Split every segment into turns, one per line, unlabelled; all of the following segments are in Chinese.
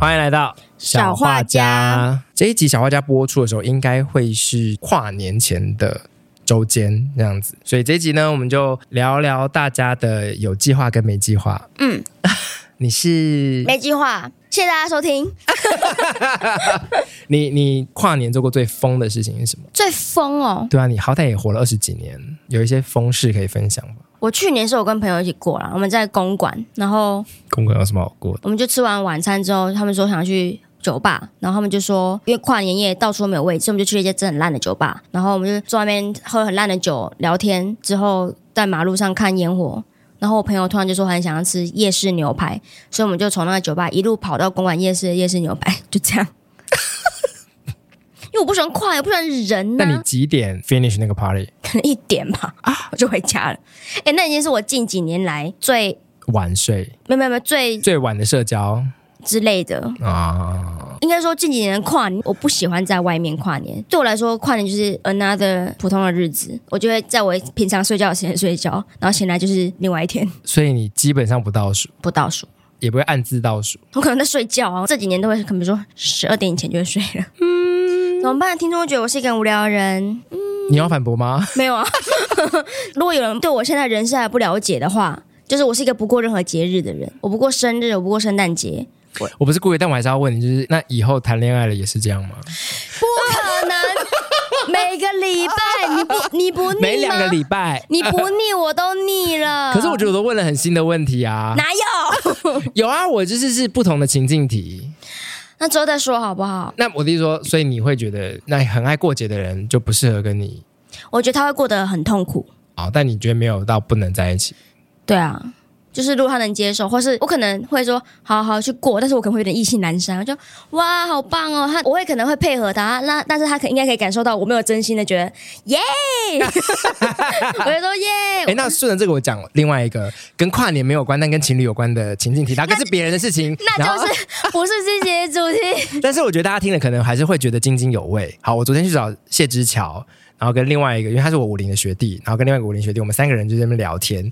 来到
小画家。
这一集小画家播出的时候，应该会是跨年前的周间那样子。所以这一集呢，我们就聊聊大家的有计划跟没计划。
嗯，
你是
没计划。谢谢大家收听。
你你跨年做过最疯的事情是什么？
最疯哦！
对啊，你好歹也活了二十几年，有一些疯事可以分享吧？
我去年是我跟朋友一起过了，我们在公馆，然后
公馆有什么好过的？
我们就吃完晚餐之后，他们说想去酒吧，然后他们就说因为跨年夜到处都没有位置，我们就去了一些真的很烂的酒吧，然后我们就坐外面喝很烂的酒聊天，之后在马路上看烟火。然后我朋友突然就说很想要吃夜市牛排，所以我们就从那个酒吧一路跑到公馆夜市的夜市牛排，就这样。 因为我不喜欢跨，我不喜欢人呐、
那你几点 finish 那个 party？
可能一点吧，我就回家了。哎、那已经是我近几年来最
晚睡，
没有没有没有最
最晚的社交
之类的，
啊，
应该说近几年的跨年，我不喜欢在外面跨年。对我来说，跨年就是 another 普通的日子，我就会在我平常睡觉的时间睡觉，然后醒来就是另外一天，
所以你基本上不倒数，
不倒数。
也不会暗自倒数。
我可能在睡觉啊，这几年都会，可能说十二点以前就会睡了。嗯，怎么办？听众会觉得我是一个很无聊的人。
你要反驳吗？
没有啊， 如果有人对我现在人生还不了解的话，就是我是一个不过任何节日的人，我不过生日，我不过圣诞节，
我不是故意，但我还是要问你，就是那以后谈恋爱了也是这样吗？
啊不可能。 每个礼拜你不你不腻吗？
每两个礼拜。
你不腻我都腻了。
可是我觉得我都问了很新的问题啊，
哪有？
有啊，我就是是不同的情境题。
那之后再说好不好？
那我弟说，所以你会觉得那很爱过节的人就不适合跟你
我觉得他会过得很痛苦。
好，但你觉得没有到不能在一起？
对啊，就是如果他能接受，或是我可能会说好好去过，但是我可能会有点意兴阑珊，我就哇好棒哦，他我会可能会配合他，那但是他可应该可以感受到我没有真心的觉得耶，我就说耶，
哎，那顺着这个我讲另外一个跟跨年没有关，但跟情侣有关的情 境题，大概是别人的事情。
那
然后
就是不是这节主题。
但是我觉得大家听了可能还是会觉得津津有味。好，我昨天去找谢之桥，然后跟另外一个，因为他是我武林的学弟，然后跟另外一个武林学弟，我们三个人就在那边聊天。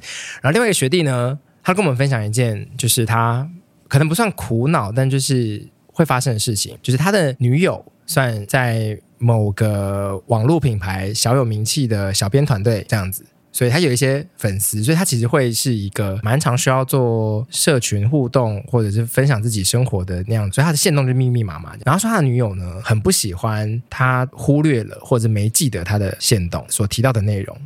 然后另外一个学弟呢，他跟我们分享一件，就是他可能不算苦恼，但就是会发生的事情，就是他的女友算在某个网络品牌小有名气的小编团队这样子。所以他有一些粉丝，所以他其实会是一个蛮常需要做社群互动或者是分享自己生活的那样，所以他的线动就密密麻麻的。然后说他的女友呢很不喜欢他忽略了或者没记得他的线动所提到的内 容，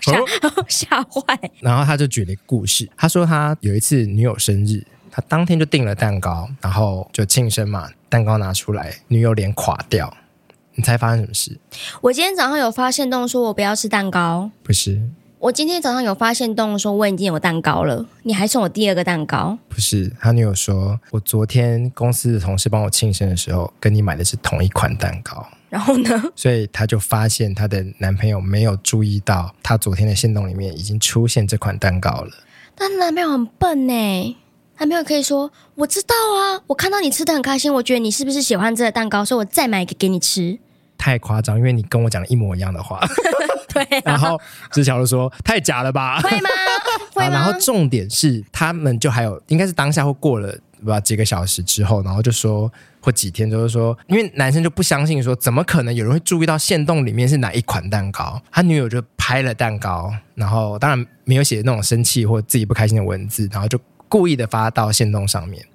吓吓哦坏，
然后他就举了一个故事，他说他有一次女友生日，他当天就订了蛋糕，然后就庆生嘛，蛋糕拿出来，女友脸垮掉，你猜发生什么事？
我今天早上有发现动说我不要吃蛋糕，
不是，
我今天早上有发现动说我已经有蛋糕了，你还送我第二个蛋糕，
不是，他女友说，我昨天公司的同事帮我庆生的时候，跟你买的是同一款蛋糕，
然后呢？
所以她就发现她的男朋友没有注意到，她昨天的行动里面已经出现这款蛋糕了。
但男朋友很笨呢，男朋友可以说我知道啊，我看到你吃的很开心，我觉得你是不是喜欢这个蛋糕，所以我再买一个给你吃。
太夸张，因为你跟我讲了一模一样的话。
对、
然后志乔就说：“太假了吧！”
会吗？会
好然后
吗？
重点是，他们就还有应该是当下或过了不知道几个小时之后，然后就说或几天之后就说，因为男生就不相信说，怎么可能有人会注意到线洞里面是哪一款蛋糕？他女友就拍了蛋糕，然后当然没有写那种生气或自己不开心的文字，然后就故意的发到线洞上面。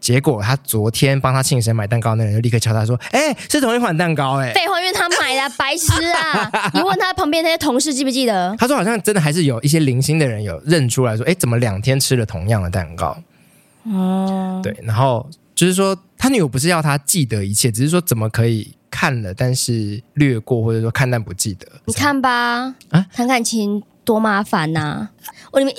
结果他昨天帮他庆生买蛋糕那人就立刻敲他说：“哎、是同一款蛋糕哎、
废话，因为他买的啊、白痴 啊！你问他旁边那些同事记不记得？
他说好像真的还是有一些零星的人有认出来说，哎，怎么两天吃了同样的蛋糕？
哦，
对，然后就是说他女友不是要他记得一切，只是说怎么可以看了但是略过，或者说看但不记得。
你看吧，
啊
谈感情多麻烦呐、我你们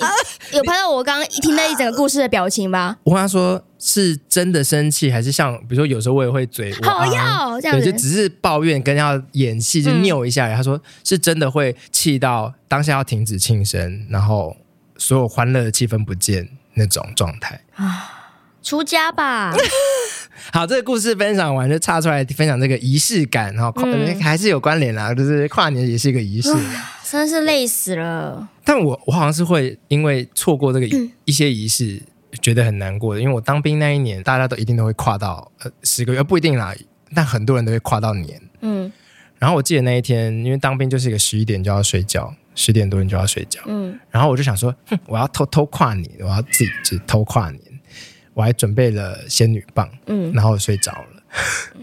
有拍到我刚刚一听到一整个故事的表 情吧？
我跟他说是真的生气，还是像比如说有时候我也会嘴我
好
啊
要这样
对，就
子，嗯
只是抱怨跟要演戏就拗一下。他说是真的会气到当下要停止庆生，然后所有欢乐的气氛不见那种状态。
出家吧。
好，这个故事分享完就岔出来分享这个仪式感，然后跨、
嗯
还是有关联啦，就是跨年也是一个 仪式。
真是累死了。嗯
但我我好像是会因为错过这个一,、一些仪式，觉得很难过的，因为我当兵那一年，大家都一定都会跨到呃十个月，呃不一定啦，但很多人都会跨到年。
嗯
然后我记得那一天，因为当兵就是一个十一点就要睡觉，十点多你就要睡觉。
嗯，
然后我就想说，哼，我要偷偷跨年，我要自己只偷跨年。我还准备了仙女棒，
嗯
然后我睡着了。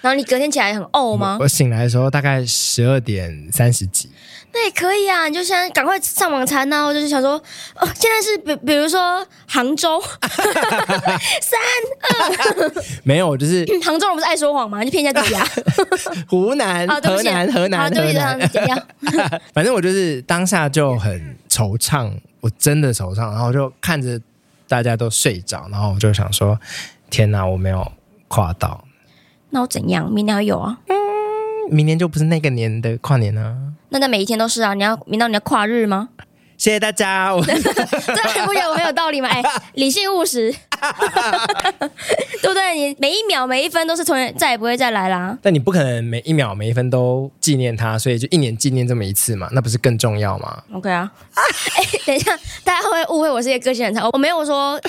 然后你隔天起来很呕吗
我？我醒来的时候大概十二点三十几，
那也可以啊，你就现在赶快上网查呐、我就是想说，哦，现在是比比如说杭州，
没有，就是
杭州人不是爱说谎吗？你就骗一下自己 啊！
湖南、
啊，对不
河
起，
南、河
好
南、
对不
河
起，
南。
对不起 怎样？
反正我就是当下就很惆怅，我真的惆怅，然后就看着大家都睡着，然后我就想说：天哪，我没有跨到，
那我怎样？明年还有啊？
明年就不是那个年的跨年啊！
那那每一天都是啊？你要明到你要跨 日吗？
谢谢大家， 我
这还不觉得我很有道理吗？哎，理性务实， 对不对？你每一秒每一分都是从再也不会再来啦。
但你不可能每一秒每一分都纪念他，所以就一年纪念这么一次嘛，那不是更重要吗？
OK 啊，哎、 等一下，大家会不会误会我是一个个性很差，我没有说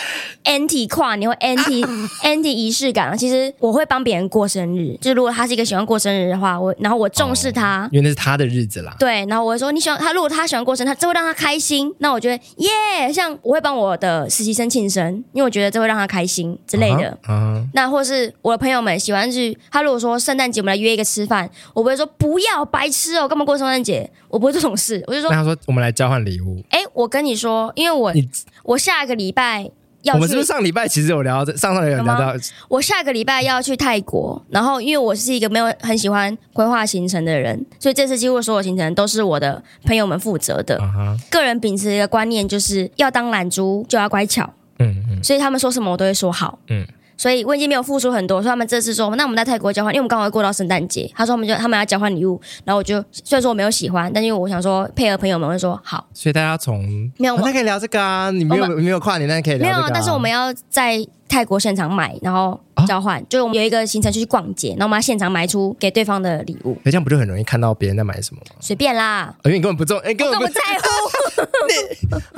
anti 跨年或 anti anti 仪式感啊。其实我会帮别人过生日，就是如果他是一个喜欢过生日的话，我然后我重视他。
哦因为那是他的日子啦。
对，然后我会说你喜欢他，如果他喜欢过生日，他这会让他开心，那我觉得耶，像我会帮我的实习生庆生，因为我觉得这会让他开心之类的。
啊哈，
那或是我的朋友们喜欢去，他如果说圣诞节我们来约一个吃饭，我不会说不要白痴哦，干嘛过圣诞节？我不会做这种事，我就
那
说，
他说我们来交换礼物，
哎、我跟你说，因为我
你
我下个礼拜要
我们是
去
不是，啊上礼拜其实有聊到这，上上礼拜有聊到
我下个礼拜要去泰国，然后因为我是一个没有很喜欢规划行程的人，所以这次几乎所有行程都是我的朋友们负责的。
啊哈，
个人秉持一个观念，就是要当懒猪就要乖巧。
嗯嗯
所以他们说什么我都会说好，
嗯
嗯，所以我已经没有付出很多，所以他们这次说，那我们在泰国交换，因为我们刚好会过到圣诞节，他说他们就他们要交换礼物，然后我就虽然说我没有喜欢，但因为我想说配合朋友们会说好，
所以大家从
没有
哦那可以聊这个啊，你没有
我
没有跨年，但是可以
没
聊这个、
有啊
啊。，
但是我们要在泰国现场买，然后交换，
啊
就是我们有一个行程就去逛街，然后我们要现场买出给对方的礼物，
可这样不就很容易看到别人在买什么吗？
随便啦，
哦因为你根本不中，哎、 根
我
本
不
不
在 乎，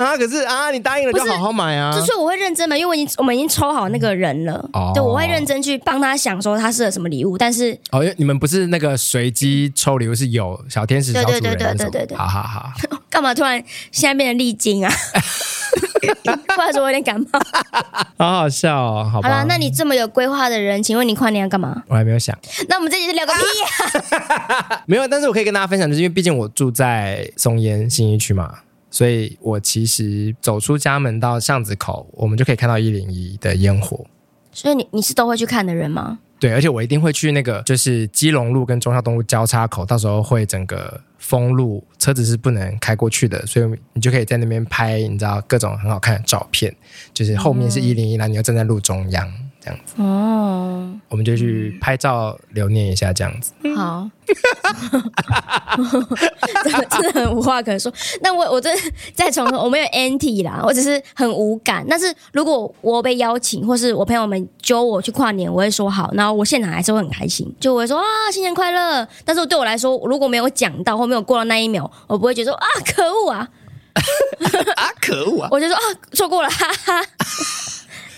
啊。可是啊，你答应了就
不是
好好买 啊
就。是我会认真的，因为我已经我们已经抽好那个人了，
哦
对，我会认真去帮他想说他适合什么礼物，但是
哦，因为你们不是那个随机抽礼物，是有小天使、小
对
主人
对对对
那种
对对对
好好好，
干嘛突然现在变成历经啊？或者说我有点感冒。
好好笑哦，好
好
吧
了，。那你这么有规划的人，请问你跨年要干嘛？
我还没有想，
那我们这集就聊个屁啊
啊
呀、
没有，但是我可以跟大家分享，就是因为毕竟我住在松烟信义区嘛，所以我其实走出家门到巷子口，我们就可以看到一零一的烟火。
所以你你是都会去看的人吗？
对，而且我一定会去那个，就是基隆路跟忠孝东路交叉口，到时候会整个封路，车子是不能开过去的，所以你就可以在那边拍，你知道各种很好看的照片，就是后面是一零一，然后你又站在路中央这样子，
哦，
我们就去拍照留念一下这样子。
好，真的真的很无话可说。那我我真的在床上，我没有 anti 啦，我只是很无感。但是如果我被邀请，或是我朋友们揪我去跨年，我会说好，然后我现场还是会很开心，就我会说啊新年快乐。但是对我来说，如果没有讲到或没有过到那一秒，我不会觉得说啊可恶啊，
啊，可恶啊！
我就说啊，错过了，哈哈，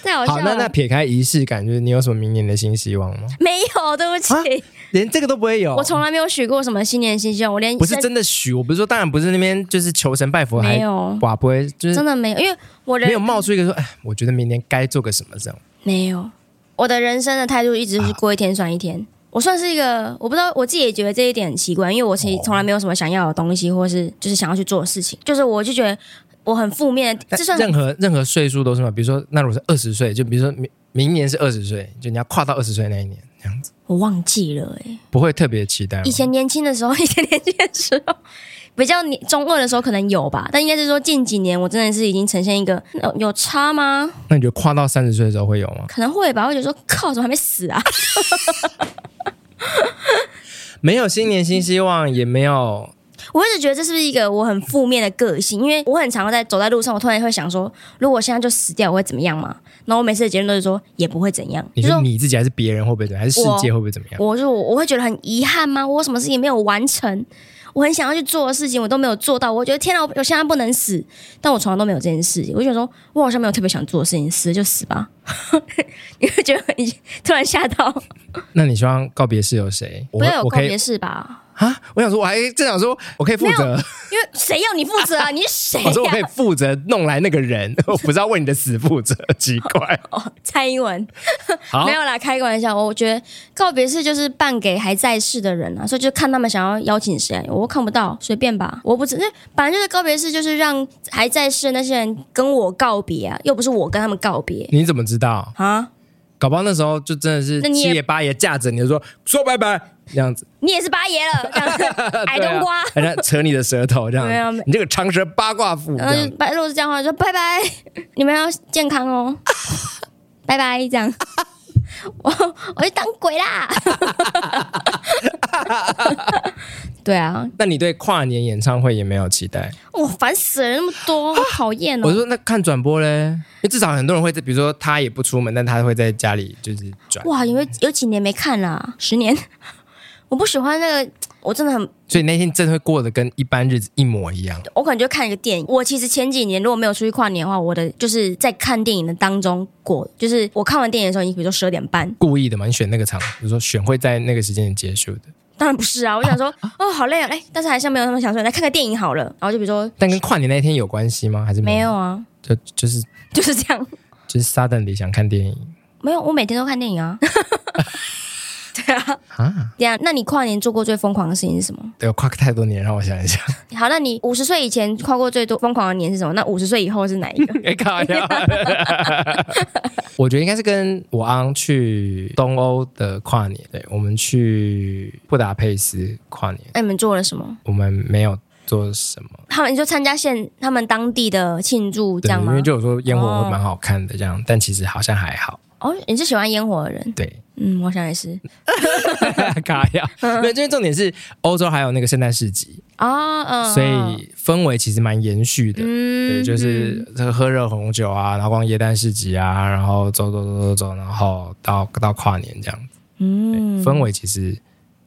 太好笑
好，那那
了。
撇开仪式感，就是你有什么明年的新希望吗？
没有，对不
啊
起，
连这个都不会有，
我从来没有许过什么新年新希望，我连
不是
生
真的许，我不是说，当然不是那边就是求神拜佛，
没
还
有，
哇不会，就是
真的没有，因为我人
没有冒出一个说，哎，我觉得明年该做个什么这种。
没有，啊我的人生的态度一直是过一天算一天。我算是一个，我不知道我自己也觉得这一点很奇怪，因为我其实从来没有什么想要的东西，或是就是想要去做的事情，就是我就觉得我很负面的，
但
这算
任何任何岁数都是嘛？比如说，那如果是二十岁，就比如说明明年是二十岁，就你要跨到二十岁那一年，这样子
我忘记了哎、
不会特别期待吗。
以前年轻的时候，以 前年轻的时候，比较年中二的时候可能有吧，但应该是说近几年我真的是已经呈现一个有有差吗？
那你觉得跨到三十岁的时候会有吗？
可能会吧，我就说靠，怎么还没死啊？
没有新年新希望，也没有
我一直觉得这是不是一个我很负面的个性，因为我很常在走在路上，我突然会想说，如果我现在就死掉，我会怎么样嘛？然后我每次的结论都是说也不会怎样，
你
就是
说你自己还是
啊
别人会不会怎么样，还是世界会不会怎么样？
我就我会觉得很遗憾吗？我有什么事情没有完成？我很想要去做的事情，我都没有做到。我觉得天哪，我我现在不能死，但我从来都没有这件事情。我就想说，我好像没有特别想做的事情，死了就死吧。 你会觉得你突然吓到，
那你希望告别式有谁？我
不要有
我
告
可以
别式吧？
啊！我想说，我还正想说，我可以负责，
因为谁要你负责啊？你是 谁
我说我可以
呀、
负责弄来那个人， 我不知道为你的死负责，奇 怪。
哦，蔡英文。
好
没，有啦，开个玩笑。我觉得告别式就是办给还在世的人啊，所以就看他们想要邀请谁，我看不到，随便吧。我不知，那反正就是告别式，就是让还在世的那些人跟我告别啊，又不是我跟他们告别
你怎么知道？
啊。
搞不好那时候就真的是
那你
七
也
爷八爷架着你，就说说拜拜这样子，
你也是八爷了，这样子矮冬瓜。
还在扯你的舌头这样
没有
子
啊没，嗯
你这个长舌八卦妇这
然后
样
就拜，如果是这样的话，就拜拜，你们要健康哦，拜拜，这样。我我去当鬼啦！ 对啊，
那你对跨年演唱会也没有期待？
我、哦烦死了，那么多，好讨厌
啊
哦。
我说那看转播嘞，因为至少很多人会在，比如说他也不出门，但他会在家里就是转，
哇，有有几年没看啦，十年。 我不喜欢那个，我真的很，
所以那天真的会过得跟一般日子一模一样。
我可能就看一个电影。我其实前几年如果没有出去跨年的话，我的就是在看电影的当中过，就是我看完电影的时候，已经比如说十二点半，
故意的嘛？你选那个场，比如说选会在那个时间点结束的，
当然不是 啊，我就想说，哦，好累啊，哎，但是还是没有那么想睡，来看个电影好了。然后就比如说，
但跟跨年那一天有关系吗？还是
没
有？
有啊，
就就是
就是这样，
就是撒旦里想看电影
没有，我每天都看电影啊。 对啊，
啊？
对啊，那你跨年做过最疯狂的事情是什么？
对，我跨太多年，让我想一想。
好，那你五十岁以前跨过最多疯狂的年是什么？那五十岁以后是哪 一个？
哎，靠呀！我觉得应该是跟我昂去东欧的跨年，对我们去布达佩斯跨年，
哎那你们做了什么？
我们没有做什么。
他们就参加现他们当地的庆祝这
对，
样
因
吗
为？就有说烟火会蛮好看的这样，但其实好像还好。
哦，你是喜欢烟火的人？
对，
嗯，我想也是
卡呀，
嗯
没有，因为重点是欧洲还有那个圣诞市集，
哦，嗯，
所以氛围其实蛮延续的。对，
嗯
就是喝热红酒啊，然后逛耶诞市集啊，然后走走走走走，然后到到跨年这样，
嗯
氛围其实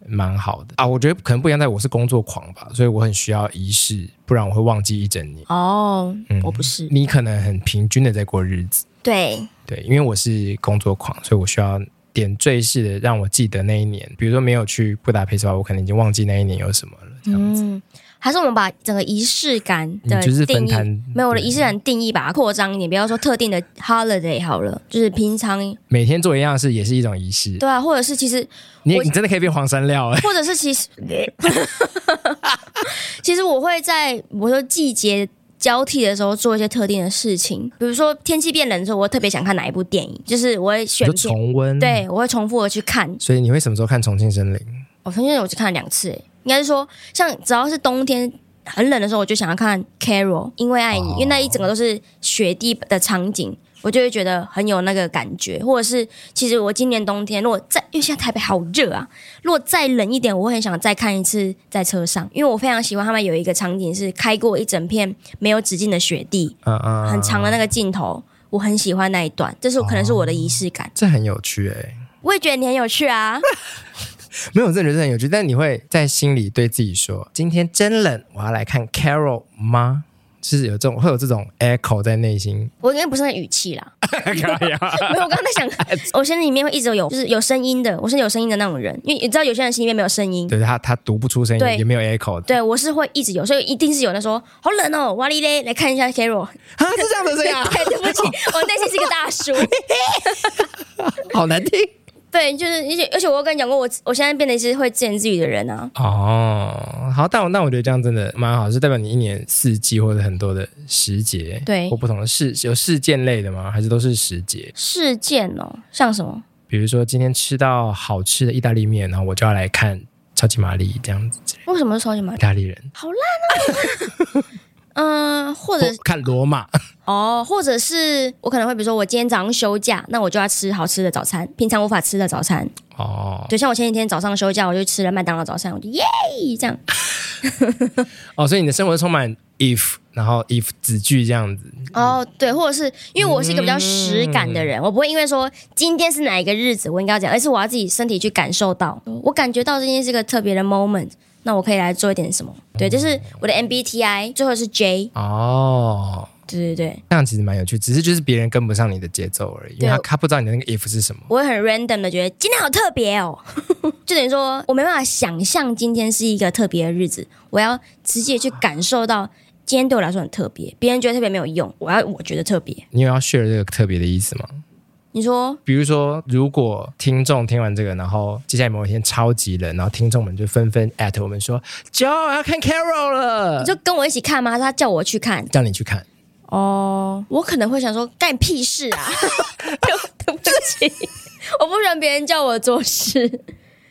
蛮好的啊。我觉得可能不一样，在我是工作狂吧，所以我很需要仪式，不然我会忘记一整年。
哦
嗯，
我不是，
你可能很平均的在过日子，
对，
对，因为我是工作狂，所以我需要点缀式的让我记得那一年。比如说没有去布达佩斯的话，我可能已经忘记那一年有什么了。这样子，
嗯，还是我们把整个仪式感
你
的
就是分
定义
摊。
没有我的
对
仪式感定义，把它扩张一点，不要说特定的 holiday 好了，就是平常
每天做一样的事也是一种仪式。
对啊，或者是其实
你
我
你真的可以变黄山料哎、
或者是其实，其实我会在我说季节交替的时候做一些特定的事情，比如说天气变冷的时候，我会特别想看哪一部电影，就是我会
欸你
选
就
片，
重嗯温。
对，我会重复的去看。
所以你会什么时候看《重庆森林》？
我重新我只看了两次，诶应该是说，像只要是冬天。很冷的时候，我就想要看《Carol》，因为爱你，
哦
因为那一整个都是雪地的场景，我就会觉得很有那个感觉。或者是，其实我今年冬天如果再，因为现在台北好热啊，如果再冷一点，我会很想再看一次在车上，因为我非常喜欢他们有一个场景是开过一整片没有止境的雪地，
嗯嗯，
很长的那个镜头，我很喜欢那一段，这是可能是我的仪式感。
这很有趣哎、
我也觉得你很有趣啊，
没有，我真的觉得这很有趣。但你会在心里对自己说：“今天真冷，我要来看 Carol 吗？”就是有这种会有这种 echo 在内心。
我应该不是那语气啦，
可以啊，
没有，我刚刚在想，我心里面会一直有就是有声音的，我是有声音的那种人，因为你知道有些人心里面没有声音。
对他他读不出声音，
对
也没有 echo 的。
对，我是会一直有，所以一定是有人说好冷哦，哇哩嘞，来看一下 Carol。
啊，是这样的声音啊，
对，对 不起，我内心是一个大叔。
好难听
对，就是而且而且我有跟你讲过，我我现在变得是会自言自语的人啊。
哦。好，但我那我觉得这样真的蛮好，是代表你一年四季或者很多的时节，
对
或不同的事有事件类的吗？还是都是时节？
事件哦，像什么？
比如说今天吃到好吃的意大利面，然后我就要来看超级玛丽这样子，
为什么是超级玛
意
丽？
大利人
嗯、或者
或看罗马，
哦，或者是我可能会比如说我今天早上休假，那我就要吃好吃的早餐，平常无法吃的早餐。
哦
对，像我前几天早上休假，我就吃了麦当劳早餐，我就耶这样。
哦，所以你的生活充满 if，然后 if 子句这样子，
哦，对，或者是因为我是一个比较实感的人，我不会因为说今天是哪一个日子，我应该要讲，而是我要自己身体去感受到，我感觉到这件是个特别的 moment，那我可以来做一点什么？对，这是我的 MBTI，最后是 J，
哦，
对对对，
这样其实蛮有趣，只是就是别人跟不上你的节奏而已，因为他
对
他不知道你的那个 if 是什么。
我会很 random 的觉得今天好特别哦， 就等于说我没办法想象今天是一个特别的日子，我要直接去感受到今天对我来说很特别，别人觉得特别没有用，我要我觉得特别。
你有要 share 这个特别的意思吗？
你说
比如说，如果听众听完这个，然后接下来某一天超级冷，然后听众们就纷纷 at 我们说，Joe 我要看 Carol 了
你，就跟我一起看吗？还是他叫我去看？
叫你去看。
哦，我可能会想说干你屁事啊！对对不起， 我不喜欢别人叫我做事，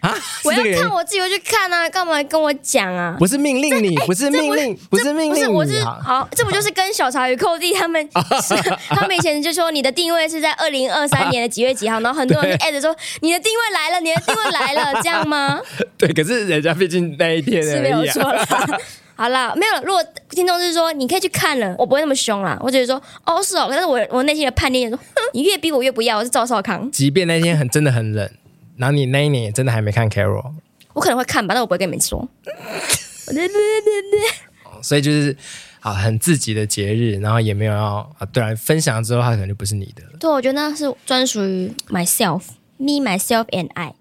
啊！
我
是这
要
个原因
看我自己会去看啊，干嘛跟我讲啊？
不是命令你，不是命令，不是命
不是，
令
我
你
是
啊！
好，这不就是跟小茶与寇弟他们， 是他们以前就说你的定位是在二零二三年的几月几号，然后很多人就 at 说你的定位来了，你的定位来了，这样吗？
对，可是人家毕竟那一天
是没有
而已
错
啊。
啦。好啦，没有了。如果听众是说你可以去看了，我不会那么凶啦。我只是说哦是哦，但是我我内心的叛逆说，哼你越逼我越不要，我是赵少康，
即便那天很真的很冷，然后你那一年也真的还没看 Carol，
我可能会看吧，但我不会跟你们说。
所以就是啊，很自己的节日，然后也没有要啊，对啊，分享之后它可能就不是你的了。
对，我觉得那是专属于 myself。Me, myself and I，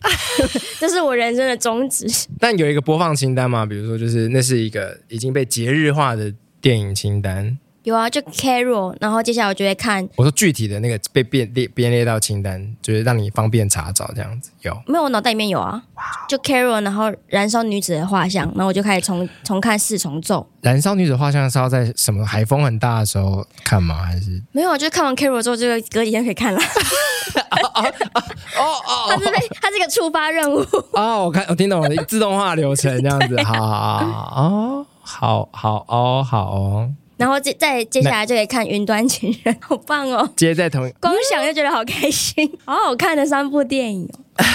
这 是我人生的宗旨。
但有一个播放清单嘛，比如说就是那是一个已经被节日化的电影清单。
有啊，就 Carol，然后接下来我就会看，
我说具体的那个被编列编列到清单，就是让你方便查找这样子。有
没有，我脑袋里面有啊，就 Carol，然后燃烧女子的画像，然后我就开始重重看四重奏，
《燃烧女子画像》是要在什么海风很大的时候看吗？还是
没有，啊，就是看完 Carol 之后，就隔几天可以看了。哦它是被它是一个触发任务，
哦，我看我听懂了，自动化流程这样子，好好好哦，好好哦，好哦，
然后接再接下来就可以看《云端情人》，好棒哦！
接在同一
光想就觉得好开心，好好看的三部电影哦。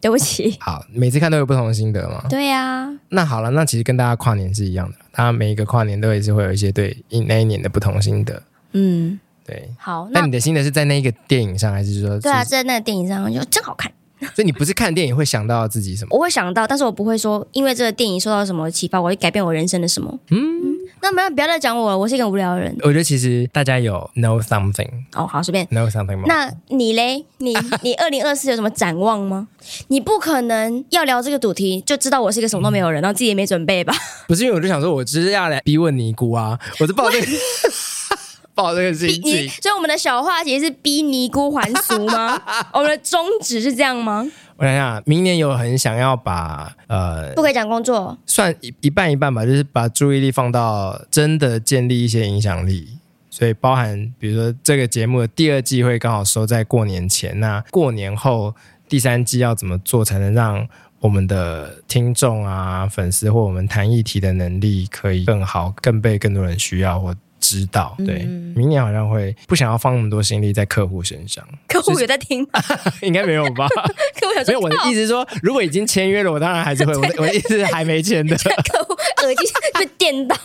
对不起，
好，每次看都有不同的心得嘛。
对啊呀、
那好了，那其实跟大家跨年是一样的，大家每一个跨年都也是会有一些对一那一年的不同心得。
嗯，
对，
好，
那
那
你的心得是在那一个电影上，还是说
对啊，在那个电影上我就真好看。
所以你不是看电影会想到自己什么？
我会想到，但是我不会说因为这个电影受到什么启发，我会改变我人生的什么。嗯，那没有，不要再讲我了，我是一个无聊的人。
我觉得其实大家有 know something
哦，好，随便。
know something 吗？
那你嘞？ 你你二零二四有什么展望吗？你不可能要聊这个主题就知道我是一个什么都 没有人，然后自己也没准备吧？
不是因为我就想说，我只是要来逼问尼姑啊，我是 抱这个 抱这个
逼
心
你，
情。
所以我们的小话题是逼尼姑还俗吗？ 我们的宗旨是这样吗？
我想想，明年有很想要把呃，
不可以讲工作，
算一一半一半吧，就是把注意力放到真的建立一些影响力。所以包含，比如说这个节目的第二季会刚好收在过年前，那过年后第三季要怎么做才能让我们的听众啊、粉丝或我们谈议题的能力可以更好，更被更多人需要或知道？对，明年好像会不想要放那么多心力在客户身上，
客户有在听吗？
应该没有吧？
客户有
没
在
有，我的意思是说，如果已经签约了，我当然还是会。 我的我的意思是还没签的，
客户耳机被 电到，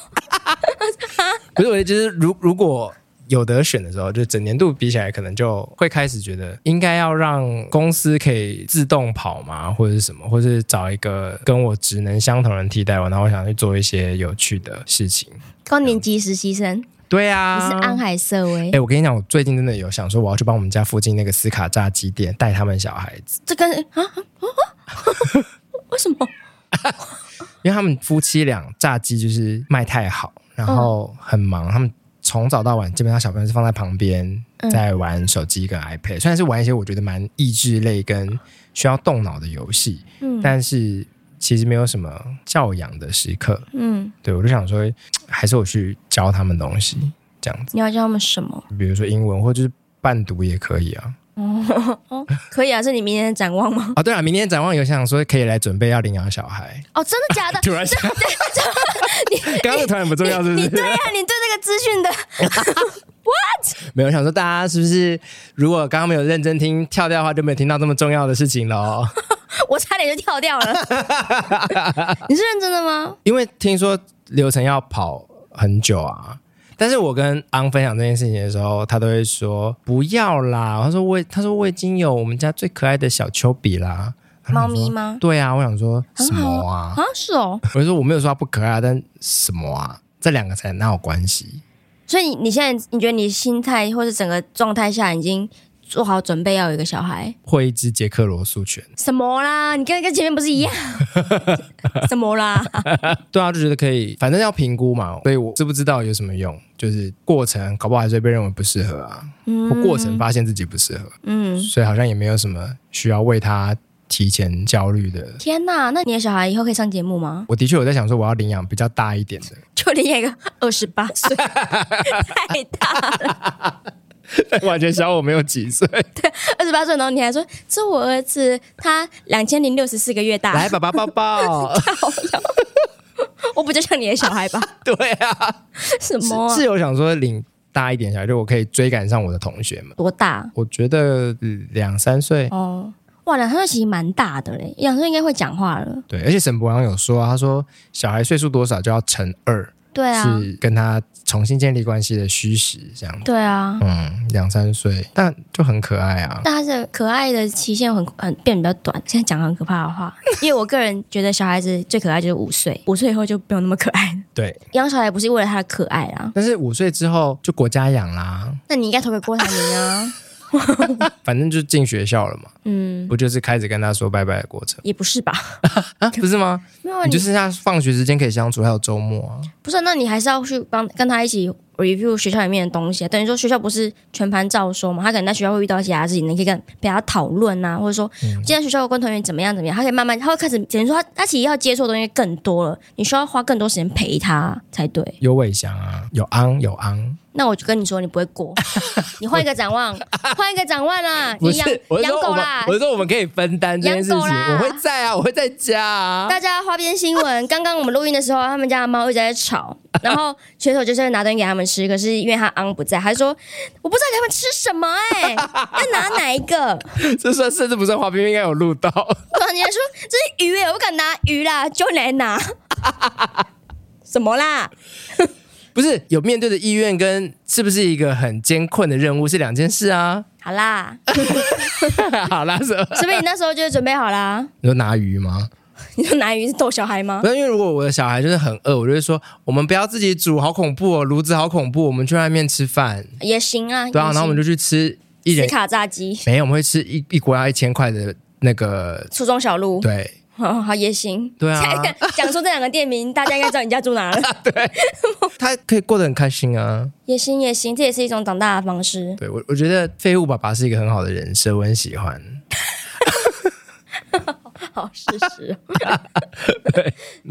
不是，我的就是如如果有得选的时候，就整年度比起来，可能就会开始觉得应该要让公司可以自动跑嘛，或者是什么，或是找一个跟我职能相同的人替代我，然后我想去做一些有趣的事情。
高年级实习生，你
对啊，
是安海瑟薇
哎、，我跟你讲，我最近真的有想说，我要去帮我们家附近那个斯卡炸鸡店带他们小孩子，
这跟啊啊 啊！为什么？
因为他们夫妻俩炸鸡就是卖太好，然
嗯
后很忙，他们从早到晚基本上小朋友是放在旁边
嗯
在玩手机跟 iPad，、虽然是玩一些我觉得蛮益智类跟需要动脑的游戏，
嗯
但是其实没有什么教养的时刻。
嗯，
对我就想说，还是我去教他们东西，这样子，
你要教他们什么？
比如说英文或者就是伴读也可以啊。
哦，可以啊，是你明年的展望吗？
哦，对了，明天展望有想说可以来准备要领养小 孩，
哦，真的 假的？
突然想，刚刚突然不重要是不
你
是？
对呀、啊，你对这个资讯的，
没有想说大家是不是如果刚刚没有认真听跳掉的话，就没有听到这么重要的事情哦喽？
我差点就跳掉了。 你是认真的吗？
因为听说流程要跑很久啊。但是我跟昂分享这件事情的时候，他都会说不要啦。他说我，他说我已经有我们家最可爱的小丘比啦。然后
猫
我想说
咪吗？
对啊，我想说
很
什
好
么啊？
啊，是哦。
我就说我没有说它不可爱啊，但什么啊？这两个才哪有关系？
所以你你现在你觉得你心态或是整个状态下已经做好准备要有一个小孩？
会一只捷克罗素犬，
什么啦？你跟跟前面不是 一样？什么啦？
对啊，就觉得可以，反正要评估嘛，所以我知不知道有什么用？就是过程搞不好还是会被认为不适合啊，或过程发现自己不适合，
嗯，
所以好像也没有什么需要为他提前焦虑的。
天哪！那你的小孩以后可以上节目吗？
我的确有在想说，我要领养比较大一点的，
就另一个二十八岁，太大
完全小我没有几岁。
二十八岁，然后你还说这我儿子，他两千零六十四个月大，
来，爸爸抱 抱。
靠腰我比较像你的小孩吧？
对啊，
什
是
么啊
是有想说领大一点小孩，就我可以追赶上我的同学们。
多大？
我觉得呃两三岁，
哦，哇，两三岁其实蛮大的嘞，两三岁应该会讲话了。
对，而且沈博阳有说啊，他说小孩岁数多少就要乘二，
对啊，
是跟他重新建立关系的虚实，这样。
对啊，
嗯，两三岁，但就很可爱啊。
但他的可爱的期限很很变比较短。现在讲很可怕的话， 因为我个人觉得小孩子最可爱就是五岁，五岁以后就没有那么可爱了。
对，
养小孩不是为了他的可爱啊啦，
但是五岁之后就国家养啦，
那你应该投给郭台铭啊。
反正就进学校了嘛，
嗯，
不就是开始跟他说拜拜的过程
也不是吧？
啊？不是吗？
没有啊，
你
你
就剩下放学时间可以相处，还有周末啊。
不是啊，那你还是要去帮跟他一起 review 学校里面的东西、啊。等于说学校不是全盘照收嘛，他可能在学校会遇到其他事情，你可以跟陪他讨论啊，或者说
嗯
今天学校跟同学怎么样怎么样，他可以慢慢，他会开始，等于说他他其实要接触的东西更多了，你需要花更多时间陪他才对。
有伟翔啊，有昂有昂，
那我就跟你说，你不会 过，你换一个展望，换一个展望啦，
不
你养
是，我是
养
说我
狗
们
啦，
我。是说我们可以分担这件事情，
养狗啦
我会在啊，我会在家啊。
大家花边新闻，刚刚我们录音的时候，他们家的猫一直 在吵，然后选手就是拿东西给他们吃，可是因为他昂不在，他就说我不知道给他们吃什么 哎、要拿哪一个？
这算甚至不算花边，应该有录到。
然后你还说这是鱼哎、我不敢拿鱼 啦，就你来拿，什么啦？
不是有面对的意愿跟是不是一个很艰困的任务是两件事啊。
好 啦，
好啦，什么？
是不是你那时候就准备好啦？
你说拿鱼吗？
你说拿鱼是逗小孩吗
不？是，因为如果我的小孩就是很饿，我就会说我们不要自己煮，好恐怖哦，炉子好恐怖，我们去外面吃饭。
也行啊，
对啊，
也
然后我们
行
就去吃一人
吃卡炸鸡，
没有，我们会吃一一锅要一千块的那个，
初中小路，
对
好 好也行。
对啊，
讲出这两个店名，大家应该知道你家住哪了。
他可以过得很开心啊。
也行也行，这也是一种长大的方式。
对我，我觉得废物爸爸是一个很好的人设，我很喜欢。
好事实。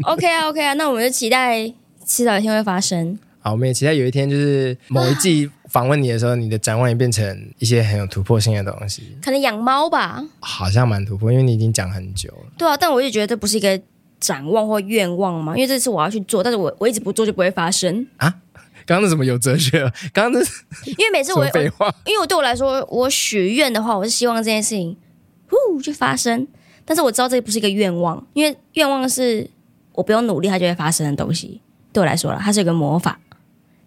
OK 啊 OK 啊，那我们就期待迟早有一天会发生。
好，我们也期待有一天，就是某一季访问你的时候，你的展望也变成一些很有突破性的东西，
可能养猫吧，
好像蛮突破，因为你已经讲很久了。
对啊，但我就觉得这不是一个展望或愿望嘛，因为这次我要去做，但是我我一直不做就不会发生，
刚刚那什么有哲学？刚刚那什
因为每次我
么
我
废话？
因为我对我来说，我许愿的话，我是希望这件事情呼就发生，但是我知道这不是一个愿望，因为愿望是我不用努力它就会发生的东西，对我来说了，它是一个魔法，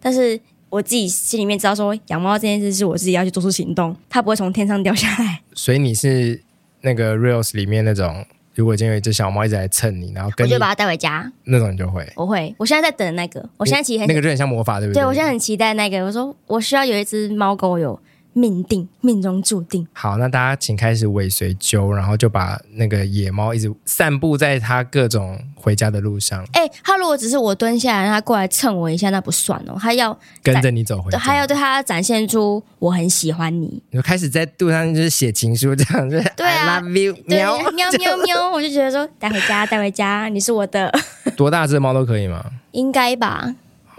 但是。我自己心里面知道说，养猫这件事是我自己要去做出行动，它不会从天上掉下来。
所以你是那个 reels 里面那种，如果今天有一只小猫一直来蹭你，然后
我
跟你
就把它带回家。
那种，你就会。
我会，我现在在等那个，我现在其实很
那个就很像魔法，对不对？
对我现在很期待那个。我说我需要有一只猫跟我有命定，命中注定。
好，那大家请开始尾随揪，然后就把那个野猫一直散布在它各种回家的路上，
哎，它如果只是我蹲下来，让它过来蹭我一下，那不算哦。它要
跟着你走回家。
还要对它展现出我很喜欢你。
你就开始在路上就是写情书，这样 就是
对啊
I love you，
对
喵。
喵喵喵，我就觉得说带回家，带回家，你是我的，
多大只的猫都可以吗？
应该吧？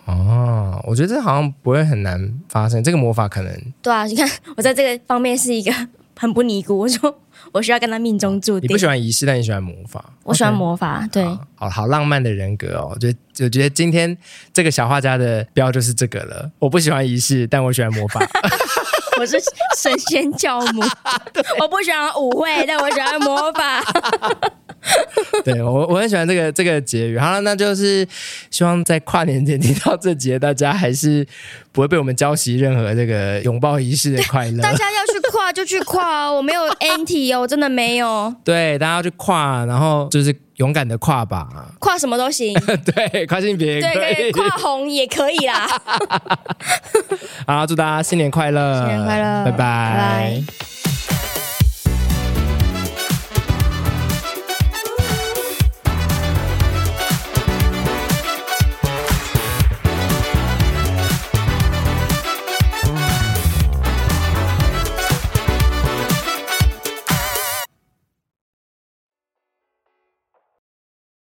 哦，我觉得这好像不会很难发生，这个魔法可能
对啊，你看我在这个方面是一个很不尼姑。我说我需要跟它命中注
你
定
不。喜欢仪式，但你喜欢魔法。
我喜欢魔法对。
好，好好浪漫的人格哦。我觉得，我觉得今天这个小画家的标就是这个了。我不喜欢仪式，但我喜欢魔 法。
我是神仙教 母，我不喜欢舞会，但我喜欢魔 法。
对我，我很喜欢这个这个结语。好了，那就是希望在跨年前听到这节，大家还是不会被我们浇熄任何这个拥抱仪式的快乐
大。家要去跨就去跨哦，我没有 anti 哦，我真的没有，
对，大家要去跨，然后就是勇敢的跨吧，
跨什么都行。
对，跨性别也
对
可
对，
以。
跨红也可以啦。
好，祝大家新年快乐，
新年快乐
拜
拜拜